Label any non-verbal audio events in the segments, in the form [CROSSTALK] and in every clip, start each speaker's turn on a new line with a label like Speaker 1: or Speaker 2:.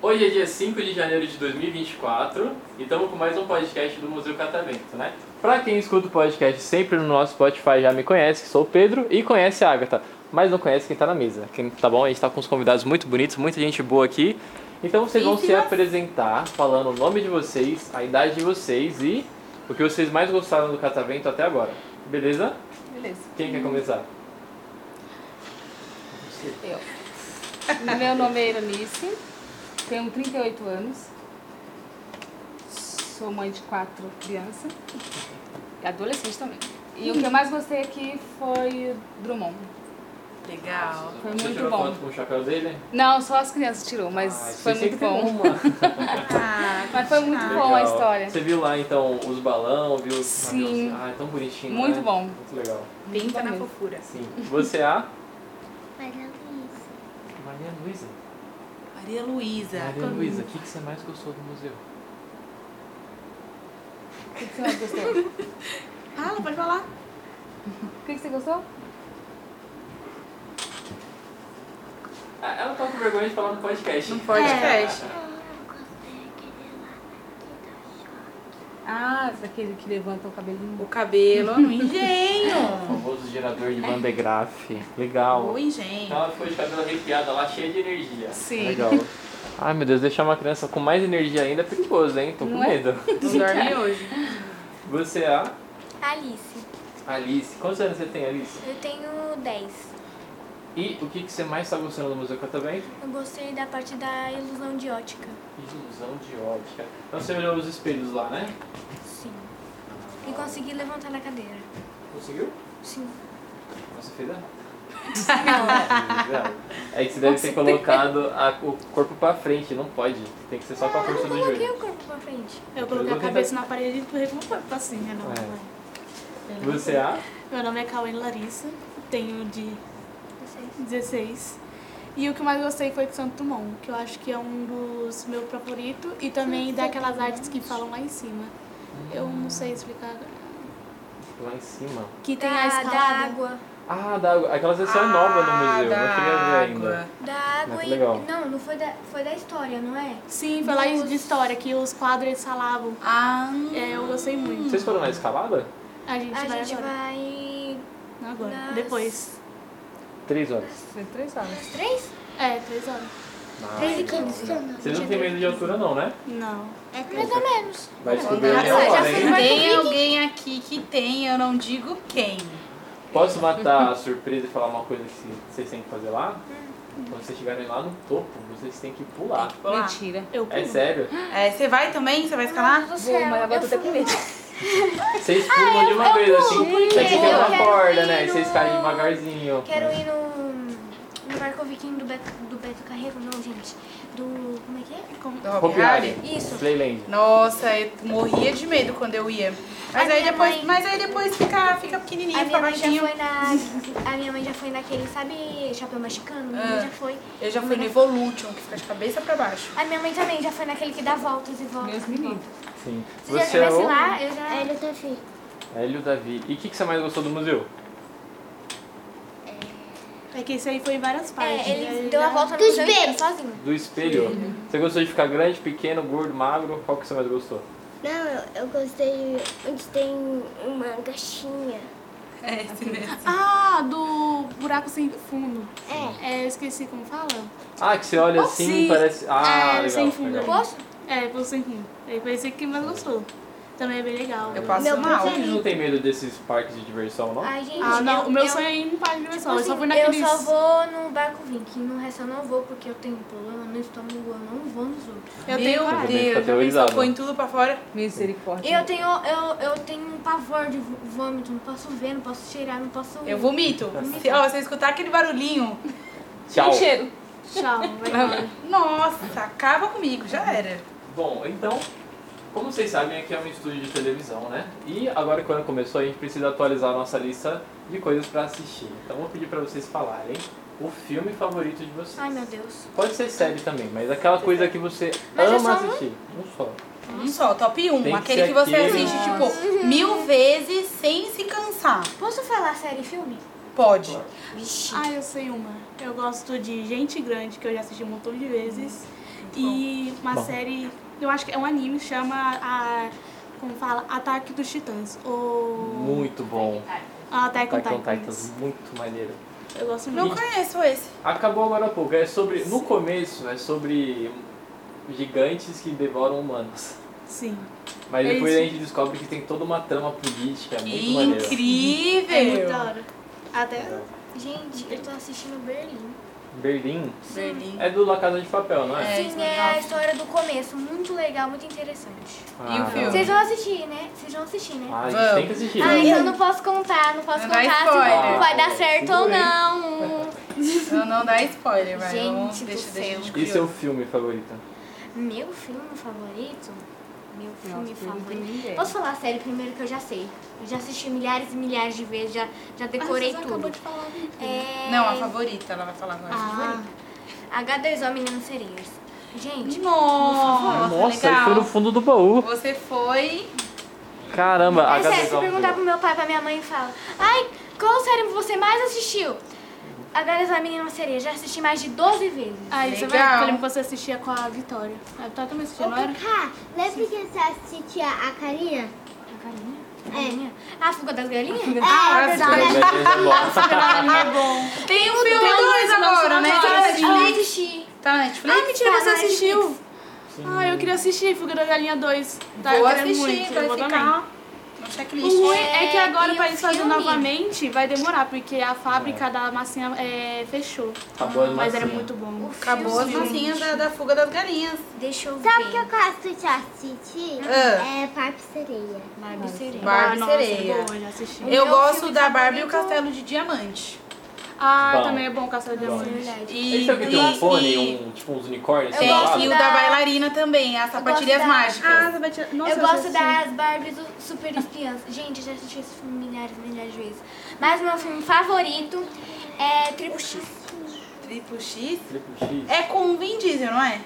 Speaker 1: Hoje é dia 5 de janeiro de 2024 e estamos com mais um podcast do Museu Catavento, né? Pra quem escuta o podcast sempre no nosso Spotify já me conhece, que sou o Pedro, e conhece a Agatha, mas não conhece quem tá na mesa. Quem, tá bom? A gente tá com uns convidados muito bonitos, muita gente boa aqui. Então vocês vão
Speaker 2: E
Speaker 1: se
Speaker 2: se você-
Speaker 1: apresentar falando o nome de vocês, a idade de vocês e o que vocês mais gostaram do Catavento até agora. Beleza?
Speaker 2: Beleza.
Speaker 1: Quem quer começar?
Speaker 2: Eu. Meu nome é Ironice, tenho 38 anos, sou mãe de quatro crianças, e adolescente também. E o que eu mais gostei aqui foi o Drummond.
Speaker 3: Legal.
Speaker 2: Foi
Speaker 1: Você
Speaker 2: muito
Speaker 1: tirou
Speaker 2: bom.
Speaker 1: foto com o chapéu dele?
Speaker 2: Não, só as crianças tirou, mas
Speaker 1: Ah,
Speaker 2: foi
Speaker 1: isso sempre
Speaker 2: muito
Speaker 1: tem
Speaker 2: bom. [LAUGHS]
Speaker 1: uma.
Speaker 2: Mas foi muito
Speaker 1: Ah, Legal.
Speaker 2: bom a história.
Speaker 1: Você viu lá então os balão, viu os
Speaker 2: Sim.
Speaker 1: aviões? Ah, é tão bonitinho.
Speaker 2: Muito
Speaker 1: né?
Speaker 2: bom.
Speaker 1: Muito legal.
Speaker 2: Muito
Speaker 3: Pinta na
Speaker 2: mesmo.
Speaker 3: fofura.
Speaker 1: Sim. Você é a
Speaker 4: Maria Luísa.
Speaker 1: Maria Luísa.
Speaker 3: Maria Luísa.
Speaker 1: Maria Luísa, o que, que você mais gostou do museu?
Speaker 2: O que que você mais gostou?
Speaker 3: Fala, pode falar.
Speaker 2: O que que você gostou?
Speaker 1: Ah, ela tá com vergonha de falar no podcast. É.
Speaker 3: Não
Speaker 2: É.
Speaker 3: pode, fecha.
Speaker 4: Eu gostei aquele lá né? que
Speaker 2: Ah, aquele que levanta o cabelinho.
Speaker 3: O cabelo no
Speaker 1: O
Speaker 3: engenho.
Speaker 1: famoso gerador de Van de Graaff. Legal. Então
Speaker 3: O engenho.
Speaker 1: ela ficou de cabelo arrepiada lá, cheia de energia.
Speaker 2: Sim.
Speaker 1: Legal. Ai meu Deus, deixar uma criança com mais energia ainda é perigoso, hein? Tô com
Speaker 2: Não é?
Speaker 1: medo.
Speaker 3: Não dorme hoje.
Speaker 1: Você é a
Speaker 4: deu lá. Alice,
Speaker 1: Alice. Quantos anos você tem, Alice?
Speaker 4: eu tenho 10.
Speaker 1: E o que, que você mais tá gostando do museu Catavento?
Speaker 4: Eu gostei da parte da ilusão de ótica.
Speaker 1: Ilusão de ótica. Então você olhou os espelhos lá, né?
Speaker 4: Sim. E consegui levantar da cadeira.
Speaker 1: Conseguiu?
Speaker 4: Sim.
Speaker 1: Você fez errado. [LAUGHS] É que você deve ter colocado a- o corpo pra frente, não pode. Tem que ser só com a
Speaker 4: Ah, eu
Speaker 1: força
Speaker 4: não
Speaker 1: Tá do
Speaker 4: coloquei
Speaker 1: joelho.
Speaker 4: o corpo pra frente.
Speaker 3: Eu coloquei a cabeça na parede e escorregou pra assim, né? Não,
Speaker 1: É.
Speaker 3: não é.
Speaker 1: Você é a?
Speaker 3: Meu nome é Cauê Larissa, tenho de
Speaker 4: Não sei.
Speaker 3: 16. E o que eu mais gostei foi de Santo Dumont, que eu acho que é um dos meus favoritos. E também daquelas artes que falam lá em cima. Eu não sei explicar.
Speaker 1: Lá em cima.
Speaker 3: Que tem a
Speaker 4: Da, da
Speaker 3: escalada.
Speaker 4: água.
Speaker 1: Ah, da água. Aquela sessão é nova no museu. Não cheguei a ver ainda.
Speaker 4: Da água
Speaker 1: Ah, que
Speaker 4: e.
Speaker 1: legal.
Speaker 4: Não, não foi da, foi da história, não é?
Speaker 3: Sim, foi lá de história, que os quadros eles falavam.
Speaker 2: Ah,
Speaker 3: É, eu gostei muito.
Speaker 1: Vocês foram na escalada?
Speaker 3: A gente
Speaker 4: Hum. A
Speaker 3: vai
Speaker 4: gente
Speaker 3: agora.
Speaker 4: vai.
Speaker 3: Não agora.
Speaker 4: nas-
Speaker 3: Depois.
Speaker 1: Três horas.
Speaker 2: foi três horas.
Speaker 4: Nas três?
Speaker 3: É, três horas.
Speaker 4: Três e quinze.
Speaker 1: Vocês não têm medo de altura não, né?
Speaker 3: Não.
Speaker 4: É mais ou menos.
Speaker 1: Vai descobrir
Speaker 4: já
Speaker 1: a minha hora,
Speaker 4: sei,
Speaker 1: hein?
Speaker 4: já sei.
Speaker 5: Tem alguém aqui que tem, eu não digo quem.
Speaker 1: Posso matar a surpresa e falar uma coisa que vocês têm que fazer lá? Quando vocês chegarem lá no topo, vocês têm que pular.
Speaker 5: Olá.
Speaker 2: Mentira.
Speaker 3: Eu
Speaker 1: É
Speaker 3: pulo.
Speaker 1: sério?
Speaker 5: É, você vai também? Você vai escalar?
Speaker 1: Ah.
Speaker 4: Meu Deus do
Speaker 2: Vou,
Speaker 4: céu,
Speaker 2: mas agora
Speaker 4: eu
Speaker 2: eu tô até
Speaker 4: fui
Speaker 2: com medo.
Speaker 1: Vocês
Speaker 4: Ah,
Speaker 1: pulam de uma vez, assim.
Speaker 4: porque
Speaker 1: Tem que ter
Speaker 4: eu
Speaker 1: uma
Speaker 4: quero
Speaker 1: corda, né?
Speaker 4: ir
Speaker 1: E vocês caem
Speaker 4: no-
Speaker 1: devagarzinho.
Speaker 4: Quero ir no, no barco viking do Beto, do Beto Carreiro, não, gente. Do. Como é que é?
Speaker 3: Como-
Speaker 5: Do Hopi
Speaker 1: Hopiari.
Speaker 5: Hari?
Speaker 4: Isso.
Speaker 1: Playland.
Speaker 5: Nossa, eu morria de medo quando eu ia. Mas
Speaker 4: A
Speaker 5: aí
Speaker 4: minha
Speaker 5: depois,
Speaker 4: mãe-
Speaker 5: mas aí depois fica, fica pequenininho,
Speaker 4: A minha
Speaker 5: fica
Speaker 4: mãe já
Speaker 5: baixinho.
Speaker 4: foi na. A minha mãe já foi naquele, sabe, chapéu mexicano? Minha
Speaker 1: É.
Speaker 4: mãe
Speaker 5: Ah.
Speaker 4: já foi.
Speaker 5: Eu já fui no Evolution, que fica de cabeça pra baixo.
Speaker 4: A minha mãe também já foi naquele que dá voltas e voltas.
Speaker 2: Meus
Speaker 4: e voltas.
Speaker 2: meninos.
Speaker 1: Sim.
Speaker 4: Se já
Speaker 1: Você é
Speaker 4: tivesse
Speaker 1: o
Speaker 4: lá, eu já. Ele tá feio.
Speaker 1: Hélio Davi. E o que, que você mais gostou do museu?
Speaker 3: É que isso aí foi em várias partes.
Speaker 4: É,
Speaker 3: né?
Speaker 4: ele
Speaker 3: Ele
Speaker 4: deu a
Speaker 3: já-
Speaker 4: volta no museu inteiro sozinho.
Speaker 1: Do espelho? Você gostou de ficar grande, pequeno, gordo, magro? Qual que você mais gostou?
Speaker 6: Não, eu, eu gostei onde tem uma caixinha.
Speaker 5: É, esse mesmo.
Speaker 3: Ah, do buraco sem fundo.
Speaker 6: É.
Speaker 3: É, eu esqueci como fala.
Speaker 1: Ah, que você olha
Speaker 3: Oh,
Speaker 1: assim
Speaker 3: sim.
Speaker 1: parece. Ah,
Speaker 3: É,
Speaker 1: legal.
Speaker 3: sem fundo.
Speaker 1: legal.
Speaker 4: Poxa,
Speaker 3: É, pelo sem fundo. Aí foi esse que mais gostou. Também é bem legal.
Speaker 5: Eu passo
Speaker 6: Meu
Speaker 5: mal.
Speaker 1: Vocês não tem medo desses parques de diversão, não?
Speaker 4: ai, gente.
Speaker 3: Ah, não,
Speaker 4: eu-
Speaker 3: o meu
Speaker 4: eu-
Speaker 3: sonho é ir no parque de diversão. eu só
Speaker 4: assim,
Speaker 3: fui naqueles...
Speaker 4: Eu só vou no barco viking, no resto eu não vou porque eu tenho problema no estômago, eu não vou nos outros.
Speaker 5: Eu
Speaker 3: Meu
Speaker 5: tenho
Speaker 1: Deus,
Speaker 5: arreio,
Speaker 1: tá
Speaker 5: já pensou,
Speaker 1: aterrorizado.
Speaker 5: põe tudo pra fora.
Speaker 2: Misericórdia.
Speaker 4: Eu tenho, eu, eu tenho um pavor de vô- vômito, não posso ver, não posso cheirar, não posso.
Speaker 5: Eu vomito.
Speaker 1: Tá.
Speaker 5: Se, ó, se eu escutar aquele barulhinho,
Speaker 1: Tchau.
Speaker 2: cheiro.
Speaker 3: Tchau, vai embora.
Speaker 5: nossa, acaba comigo, já era.
Speaker 1: Bom, então, como vocês sabem, aqui é um estúdio de televisão, né? E agora que o ano começou, a gente precisa atualizar a nossa lista de coisas pra assistir. Então, eu vou pedir pra vocês falarem o filme favorito de vocês.
Speaker 4: Ai meu Deus.
Speaker 1: Pode ser série também, mas aquela coisa que você
Speaker 4: Mas é
Speaker 1: ama
Speaker 4: só um?
Speaker 1: assistir. Um só.
Speaker 5: Um só, top 1.
Speaker 1: Tem que
Speaker 5: aquele
Speaker 1: ser
Speaker 5: que você
Speaker 1: aquele.
Speaker 5: assiste, tipo, mil vezes sem se cansar.
Speaker 4: Posso falar série e filme?
Speaker 5: Pode.
Speaker 4: Vixe.
Speaker 3: Ah, eu sei uma. Eu gosto de Gente Grande, que eu já assisti um montão de vezes. E uma
Speaker 1: Bom.
Speaker 3: série, eu acho que é um anime, chama a. Como fala? Ataque dos Titãs. Ou.
Speaker 1: Muito bom.
Speaker 3: Attack on
Speaker 1: Hum. Attack on
Speaker 3: Titans.
Speaker 1: Titans, muito maneiro.
Speaker 3: Eu gosto
Speaker 5: Não
Speaker 3: muito.
Speaker 5: conheço esse.
Speaker 1: Acabou agora há pouco. É sobre. No começo é sobre gigantes que devoram humanos.
Speaker 3: Sim.
Speaker 1: Mas
Speaker 5: É
Speaker 1: depois
Speaker 5: isso.
Speaker 1: a gente descobre que tem toda uma trama política é muito
Speaker 5: Que
Speaker 1: maneira.
Speaker 5: incrível.
Speaker 3: É muito da hora. Até.
Speaker 4: Gente, eu tô assistindo Berlim.
Speaker 1: Berlim
Speaker 5: Berlim.
Speaker 1: é do La Casa de Papel, não é?
Speaker 5: É,
Speaker 4: Sim,
Speaker 5: isso
Speaker 4: é
Speaker 5: legal.
Speaker 4: a história do começo. Muito legal, muito interessante.
Speaker 5: E o
Speaker 1: Ah, não.
Speaker 5: filme?
Speaker 4: Vocês vão assistir, né? Vocês vão assistir, né?
Speaker 1: Ah, a gente
Speaker 5: Vamos.
Speaker 1: tem que assistir.
Speaker 4: Ah, então não posso contar, não posso
Speaker 5: Não dá
Speaker 4: contar
Speaker 5: spoiler.
Speaker 4: se vai dar
Speaker 1: Ah,
Speaker 4: certo
Speaker 1: segura
Speaker 4: ou
Speaker 1: aí.
Speaker 4: não.
Speaker 5: Não, não dá spoiler, vai. Vamos,
Speaker 4: Gente do
Speaker 5: deixa, deixa a gente
Speaker 1: E
Speaker 5: curioso.
Speaker 1: seu filme favorito?
Speaker 4: Meu filme favorito? Meu filme
Speaker 2: Nossa, eu não tenho
Speaker 4: favorito.
Speaker 2: ninguém.
Speaker 4: Posso falar a série primeiro que eu já sei. Eu já assisti milhares e milhares de vezes, já, já decorei
Speaker 3: Mas você acabou
Speaker 4: tudo.
Speaker 3: de falar.
Speaker 4: É...
Speaker 5: Não, a favorita, ela vai falar agora.
Speaker 3: Ah,
Speaker 4: H2O Meninos Sereias.
Speaker 5: Hum?
Speaker 4: Gente,
Speaker 5: Nossa,
Speaker 1: Nossa, ele
Speaker 5: legal.
Speaker 1: foi no fundo do baú.
Speaker 5: Você foi.
Speaker 1: Caramba,
Speaker 4: é sério, se
Speaker 1: H2O.
Speaker 4: perguntar pro meu pai, pra minha mãe, fala Ai, qual série você mais assistiu? H2O Meninos Sereias, já assisti mais de 12 vezes.
Speaker 3: Aí você vai.
Speaker 5: Legal.
Speaker 3: Eu lembro que você assistia com a Vitória. A Vitória também assistia,
Speaker 6: Ô,
Speaker 3: não era?
Speaker 5: tá
Speaker 6: Cacá, lembra que você assistia a Karina?
Speaker 4: A galinha? A galinha? A fuga das galinhas?
Speaker 6: É,
Speaker 1: Mas
Speaker 6: verdade.
Speaker 1: é bom.
Speaker 3: Ah,
Speaker 5: Tem um filme 2 agora, né? Tá na
Speaker 4: Eu
Speaker 5: Netflix?
Speaker 4: assisti.
Speaker 5: Tá na Netflix?
Speaker 3: Ah, mentira,
Speaker 4: Tá
Speaker 3: você
Speaker 4: na
Speaker 3: assistiu? Ah, eu queria assistir Fuga da Galinha 2. Tá, eu
Speaker 5: Vou
Speaker 3: quero
Speaker 5: assistir,
Speaker 3: muito,
Speaker 5: vai
Speaker 3: eu vou
Speaker 5: ficar.
Speaker 3: também.
Speaker 5: No
Speaker 3: O
Speaker 5: checklist.
Speaker 3: ruim é, que agora
Speaker 4: e
Speaker 3: pra
Speaker 4: o
Speaker 3: eles fazerem
Speaker 4: filme?
Speaker 3: novamente vai demorar, porque a fábrica da massinha é, fechou.
Speaker 1: Acabou as
Speaker 3: Mas era
Speaker 1: massinhas.
Speaker 3: muito bom.
Speaker 5: Acabou né? as massinhas da, da fuga das galinhas.
Speaker 4: Deixa eu ver.
Speaker 6: Sabe o que é eu gosto de assistir?
Speaker 5: Ah.
Speaker 6: É Papo Sereia.
Speaker 4: Barbie Sereia.
Speaker 5: Barbie
Speaker 3: ah, nossa,
Speaker 5: Sereia.
Speaker 3: é bom, eu já assisti.
Speaker 5: Eu
Speaker 4: meu
Speaker 5: gosto
Speaker 4: filme
Speaker 5: da Barbie e o
Speaker 4: favorito-
Speaker 5: Castelo de Diamante.
Speaker 3: Ah,
Speaker 1: Bom.
Speaker 3: também é bom Caçador de
Speaker 1: Bom.
Speaker 3: Diamantes.
Speaker 5: E,
Speaker 1: Eles sabem que tem um
Speaker 5: e-
Speaker 1: pônei,
Speaker 5: e-
Speaker 1: um, tipo uns unicórnios?
Speaker 4: Eu
Speaker 1: sei
Speaker 5: tem,
Speaker 1: lá. né?
Speaker 4: gosto
Speaker 5: e o
Speaker 4: da-
Speaker 5: da bailarina também, as sapatilhas
Speaker 4: da-
Speaker 5: mágicas.
Speaker 3: Ah, você vai tirar... Nossa,
Speaker 4: eu gosto
Speaker 3: já assisti.
Speaker 4: das Barbies do super espiãs. Gente, eu já assisti esse filme milhares e milhares de vezes. Mas meu filme favorito é Triple X.
Speaker 5: Triplo X.
Speaker 1: Triple X.
Speaker 5: É com o Vin Diesel, não é?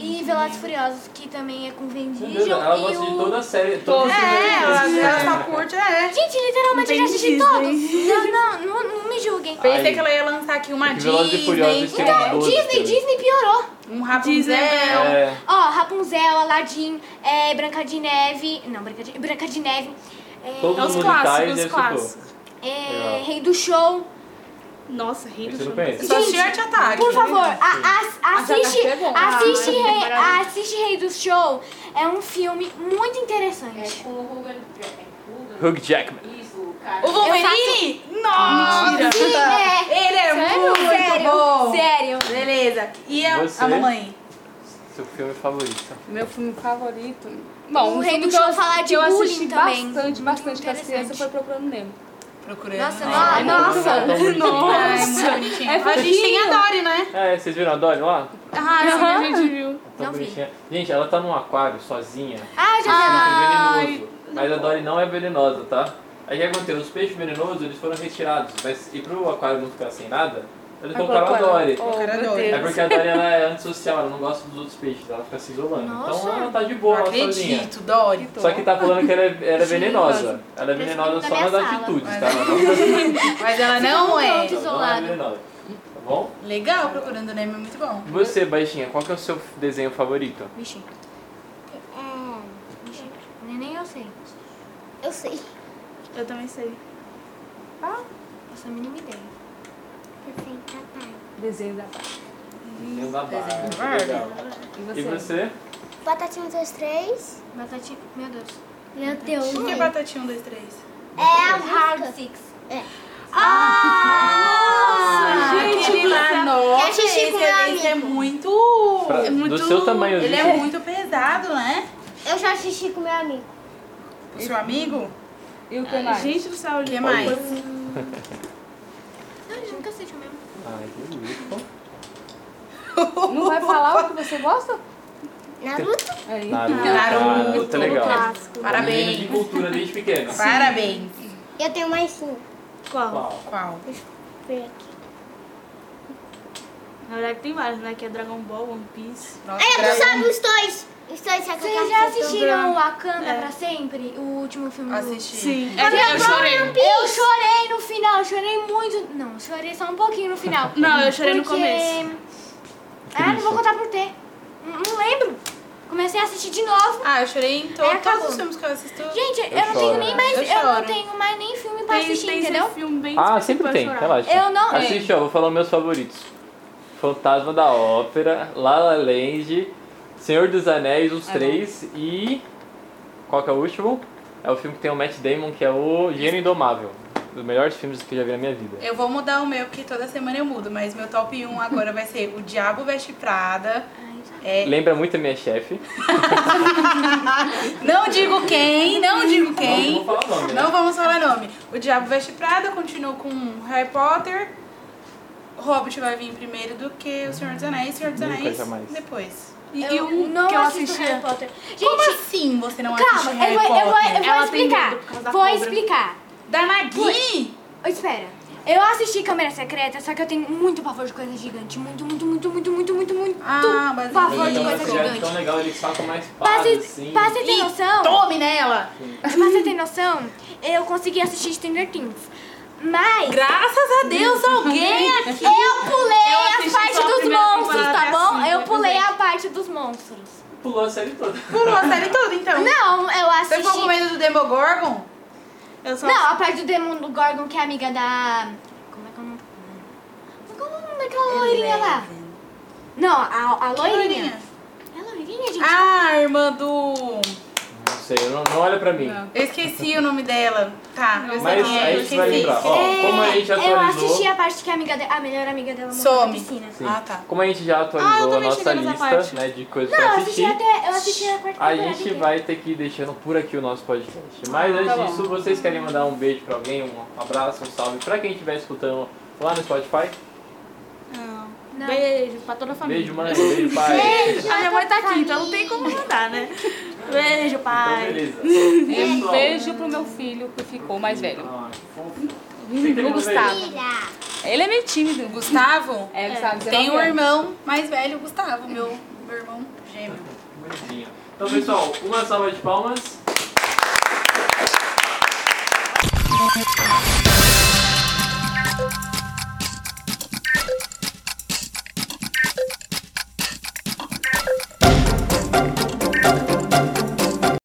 Speaker 4: E Velozes e Furiosos, que também é com Vin
Speaker 1: Meu
Speaker 4: Diesel
Speaker 1: Deus, Ela
Speaker 4: e
Speaker 1: gosta de
Speaker 4: o...
Speaker 1: toda a série.
Speaker 5: É,
Speaker 1: Todo
Speaker 5: ela, ela só curte, é.
Speaker 4: Gente, literalmente eu já assisti
Speaker 3: Disney.
Speaker 4: todos. Não, não, não, não me julguem.
Speaker 1: Ai,
Speaker 5: Pensei que ela ia lançar aqui uma
Speaker 1: que Velozes e Furiosos
Speaker 5: Disney,
Speaker 1: tem
Speaker 4: Então,
Speaker 1: todos,
Speaker 4: Disney,
Speaker 1: cara.
Speaker 4: Disney piorou.
Speaker 5: um Rapunzel.
Speaker 3: Disney.
Speaker 1: É,
Speaker 4: Ó, Rapunzel, Aladdin, é, Branca de Neve... Não, Branca de, Branca de Neve. é,
Speaker 1: todo
Speaker 3: É os
Speaker 1: mundo tá
Speaker 3: clássicos,
Speaker 1: e
Speaker 3: os
Speaker 1: deve ser
Speaker 3: clássicos.
Speaker 4: é,
Speaker 1: Legal.
Speaker 4: Rei do Show.
Speaker 3: Nossa, rindo.
Speaker 1: Esse eu não conheço.
Speaker 5: É Só assisti Arte Ataque.
Speaker 4: Por favor, a- a- assiste,
Speaker 2: é bom.
Speaker 4: assiste,
Speaker 3: Ah,
Speaker 4: Rei,
Speaker 3: maravilha.
Speaker 4: assiste Rei do Show. É um filme muito interessante.
Speaker 2: com o Rugan.
Speaker 1: Hugh Jackman.
Speaker 2: Isso, cara.
Speaker 5: O Wolverine? Nossa!
Speaker 4: Sim, é.
Speaker 5: Ele é muito
Speaker 4: Sério,
Speaker 5: bom.
Speaker 4: sério.
Speaker 5: Beleza. E a,
Speaker 1: Você?
Speaker 5: a mamãe?
Speaker 1: Seu filme favorito.
Speaker 2: Meu filme favorito. Bom,
Speaker 4: O
Speaker 2: um
Speaker 4: Rei
Speaker 2: filme
Speaker 4: do
Speaker 2: que eu,
Speaker 4: Show falar de
Speaker 2: que eu assisti
Speaker 4: bullying também.
Speaker 2: bastante, bastante com as
Speaker 4: Interessante.
Speaker 2: crianças foi Procurando Nemo.
Speaker 5: Procurando.
Speaker 4: Nossa,
Speaker 1: Ah, Tão
Speaker 4: nossa, nossa.
Speaker 1: bonitinho.
Speaker 5: Nossa.
Speaker 2: É
Speaker 5: a gente tem a
Speaker 2: fofinho.
Speaker 5: Dory, né?
Speaker 1: É, vocês viram a Dory lá?
Speaker 3: Ah, sim, a
Speaker 5: [LAUGHS]
Speaker 3: gente viu.
Speaker 1: Tão
Speaker 4: Não vi.
Speaker 1: Então, bonitinha. Gente, ela tá num aquário sozinha.
Speaker 4: Ah, já
Speaker 1: Ah,
Speaker 3: Ai,
Speaker 1: venenoso. Mas a Dory não é venenosa, tá? Aí o que aconteceu? Os peixes venenosos eles foram retirados, mas e pro aquário não ficar sem nada, eles colocaram a Dory.
Speaker 2: Oh,
Speaker 5: Cara,
Speaker 2: meu
Speaker 5: adoro.
Speaker 1: É
Speaker 2: Deus.
Speaker 1: porque a Dory ela é antissocial, ela não gosta dos outros peixes, ela fica se isolando.
Speaker 4: Nossa.
Speaker 1: Então ela tá de
Speaker 5: Não
Speaker 1: boa, ela sozinha.
Speaker 5: acredito, Dory.
Speaker 1: Só que tá falando que ela é, ela é
Speaker 2: Sim,
Speaker 1: venenosa. Ela é venenosa
Speaker 4: Parece
Speaker 1: só
Speaker 4: que
Speaker 1: nas
Speaker 4: tá na minha
Speaker 1: atitudes,
Speaker 5: sala.
Speaker 1: tá? Ela não
Speaker 5: Mas ela não é.
Speaker 4: Sim.
Speaker 1: ela não é venenosa. Tá bom?
Speaker 5: Legal, Procurando Nemo é muito bom.
Speaker 1: E Você, baixinha, qual que é o seu desenho favorito?
Speaker 4: Vixe,
Speaker 6: É,
Speaker 4: vixe. Nem, nem eu sei.
Speaker 6: eu sei.
Speaker 3: Eu também sei.
Speaker 4: Essa mínima ideia.
Speaker 6: Eu sei, papai.
Speaker 2: Desenho da Barbie.
Speaker 1: Desenho da Barbie.
Speaker 5: Desenho da Barbie.
Speaker 1: Legal. E você?
Speaker 6: Batatinha 1, 2, 3.
Speaker 5: tá tipo,
Speaker 4: Batatinha. Meu Deus.
Speaker 6: Meu Deus.
Speaker 5: O que é Batatinha 1, 2, 3?
Speaker 6: É a
Speaker 4: Hard
Speaker 6: música.
Speaker 4: Six.
Speaker 5: Ah,
Speaker 3: gente,
Speaker 5: aquele lá, nossa,
Speaker 6: Eu assisti
Speaker 5: esse,
Speaker 6: com meu
Speaker 5: esse é
Speaker 6: amigo.
Speaker 5: muito...
Speaker 1: Pra-
Speaker 5: é
Speaker 1: do
Speaker 5: muito...
Speaker 1: seu tamanho,
Speaker 5: Ele é
Speaker 1: gente.
Speaker 5: muito pesado, né?
Speaker 6: Eu já assisti com meu amigo.
Speaker 5: O seu amigo?
Speaker 2: E o que mais?
Speaker 3: Gente do céu,
Speaker 5: O que mais?
Speaker 4: Não, eu nunca assisti mesmo.
Speaker 1: Ai, que lindo.
Speaker 2: Não vai falar o que você gosta?
Speaker 6: Naruto?
Speaker 2: Aí.
Speaker 1: Tá.
Speaker 5: Naruto.
Speaker 1: Naruto, Tá legal.
Speaker 3: um clássico.
Speaker 1: Menino
Speaker 5: Parabéns.
Speaker 1: de cultura desde pequeno.
Speaker 5: Parabéns.
Speaker 6: Eu tenho mais cinco.
Speaker 3: Qual?
Speaker 1: Uau.
Speaker 5: Qual?
Speaker 6: Vem aqui.
Speaker 3: Na verdade tem vários, né? Que é Dragon Ball, One Piece.
Speaker 5: Nossa,
Speaker 6: Ah, tu
Speaker 5: Dragon-
Speaker 6: sabe os dois. Estou de saco
Speaker 4: Vocês já assistiram o Wakanda pra sempre? O último filme do...
Speaker 5: Assisti. Sim.
Speaker 4: É,
Speaker 5: eu chorei.
Speaker 4: Eu chorei no final, chorei muito. Não, chorei só um pouquinho no final.
Speaker 3: Não, eu chorei no
Speaker 4: Porque-
Speaker 3: começo.
Speaker 4: Ah, não vou contar por quê. Não, não lembro. Comecei a assistir de novo.
Speaker 5: Ah, eu chorei em to-
Speaker 4: É, acabou.
Speaker 5: todos os filmes que eu assisto.
Speaker 4: Gente, eu,
Speaker 1: Eu
Speaker 4: não
Speaker 1: choro.
Speaker 4: tenho nem mais.
Speaker 5: Eu
Speaker 4: Eu, não
Speaker 5: choro.
Speaker 4: tenho mais nem filme pra
Speaker 3: Tem,
Speaker 4: assistir,
Speaker 3: tem
Speaker 4: entendeu?
Speaker 3: esse filme bem
Speaker 1: Ah,
Speaker 3: específico
Speaker 1: sempre
Speaker 3: pra
Speaker 1: tem,
Speaker 3: chorar.
Speaker 1: relaxa.
Speaker 4: Eu não lembro.
Speaker 1: Assiste, ó, vou falar os meus favoritos. Fantasma da Ópera, La La Land, Senhor dos Anéis, os
Speaker 2: É
Speaker 1: três e... Qual que é o último? É o filme que tem o Matt Damon, que é o Gênio Indomável. Um dos melhores filmes que eu já vi na minha vida.
Speaker 5: Eu vou mudar o meu, porque toda semana eu mudo, mas meu top 1 agora vai ser O Diabo Veste Prada. É,
Speaker 1: Lembra muito a minha chefe.
Speaker 5: não digo quem, não digo
Speaker 1: Não
Speaker 5: quem.
Speaker 1: vou falar o nome, né?
Speaker 5: Não vamos falar nome. O Diabo Veste Prada continuou com Harry Potter. Hobbit vai vir primeiro do que O Senhor dos Anéis. Senhor dos
Speaker 1: Nunca,
Speaker 5: Anéis
Speaker 1: jamais.
Speaker 5: depois.
Speaker 3: E,
Speaker 4: Eu
Speaker 3: e um
Speaker 4: não
Speaker 3: que eu
Speaker 4: assisto
Speaker 3: assisti.
Speaker 4: Harry Potter. Gente,
Speaker 5: Como assim você não assiste
Speaker 4: calma,
Speaker 5: Harry
Speaker 4: eu vou, eu vou,
Speaker 5: Potter?
Speaker 4: eu vou
Speaker 3: Ela tem
Speaker 4: explicar.
Speaker 3: medo por causa da
Speaker 4: Vou
Speaker 3: cobra.
Speaker 4: explicar.
Speaker 5: Da Nagui?
Speaker 4: Oh, Espera. Eu assisti Câmera Secreta, só que eu tenho muito pavor de coisa gigante. Muito, muito, muito, muito, muito, muito, muito
Speaker 5: Ah, mas
Speaker 4: pavor
Speaker 1: Então,
Speaker 4: de coisa
Speaker 1: esse é tão
Speaker 4: gigante.
Speaker 1: legal, ele saca mais
Speaker 4: Pra
Speaker 1: fácil,
Speaker 4: você
Speaker 1: assim.
Speaker 4: pra você ter
Speaker 5: Ih,
Speaker 4: noção,
Speaker 5: Tome nela!
Speaker 4: pra você ter noção, eu consegui assistir Stranger Things. Mas
Speaker 5: Graças a Deus, alguém aqui.
Speaker 4: [LAUGHS] eu pulei a
Speaker 3: assisti
Speaker 4: parte
Speaker 3: só a
Speaker 4: dos
Speaker 3: primeira
Speaker 4: monstros,
Speaker 5: temporada é assim,
Speaker 4: tá
Speaker 5: até
Speaker 4: bom?
Speaker 5: a cinco,
Speaker 4: Eu pulei
Speaker 5: inclusive.
Speaker 4: a parte dos monstros.
Speaker 1: Pulou a série toda.
Speaker 5: Pulou a série toda, então.
Speaker 4: Não, eu
Speaker 5: Você ficou com
Speaker 4: assisti.
Speaker 5: medo do Demogorgon? Eu só
Speaker 4: Não, a parte do demônio do Gorgon, que é amiga da. Como é que é o nome? Como é o nome daquela loirinha lá? Não, a, a loirinha. É loirinha, gente?
Speaker 5: Ah, a irmã do.
Speaker 1: Não sei, não, não olha pra mim.
Speaker 5: Eu esqueci o nome dela. Tá, eu sei
Speaker 1: Mas
Speaker 5: quem é, eu
Speaker 1: aí você vai
Speaker 5: esqueci.
Speaker 1: lembrar. Ó, como a gente
Speaker 4: eu
Speaker 1: atualizou...
Speaker 4: assisti a parte que a amiga dela, a melhor amiga dela morreu na
Speaker 5: Some.
Speaker 4: piscina.
Speaker 1: Sim.
Speaker 5: Ah, tá.
Speaker 1: Como a gente já
Speaker 3: Ah, eu
Speaker 1: atualizou a
Speaker 3: também
Speaker 1: nossa
Speaker 3: cheguei nessa parte.
Speaker 1: lista né, de coisas
Speaker 4: Não, eu
Speaker 1: pra
Speaker 4: assisti
Speaker 1: assistir,
Speaker 4: até. Eu assisti a quarta
Speaker 1: a
Speaker 4: temporada
Speaker 1: gente
Speaker 4: inteira.
Speaker 1: vai ter que ir deixando por aqui o nosso podcast. Mas antes disso, vocês querem mandar um beijo pra alguém, um abraço, um salve pra quem estiver escutando lá no Spotify?
Speaker 4: Não.
Speaker 3: é- Beijo pra toda a família.
Speaker 1: Beijo, mãe, beijo, pai.
Speaker 3: A minha mãe tá aqui, então não tem como mandar, né? Beijo,
Speaker 1: Então,
Speaker 3: pai.
Speaker 1: beleza.
Speaker 2: E um
Speaker 1: Pessoal.
Speaker 2: beijo pro meu filho que ficou mais velho.
Speaker 1: Ah, que fofo. Quem tem
Speaker 2: O
Speaker 1: um
Speaker 2: Gustavo.
Speaker 1: beijo?
Speaker 2: Ele é meio tímido.
Speaker 5: Gustavo?
Speaker 2: É, Gustavo,
Speaker 5: Tem
Speaker 2: 19
Speaker 5: um
Speaker 2: anos.
Speaker 5: irmão mais velho, Gustavo, meu, meu irmão gêmeo.
Speaker 1: Bonitinho. Então, pessoal, uma salva de palmas.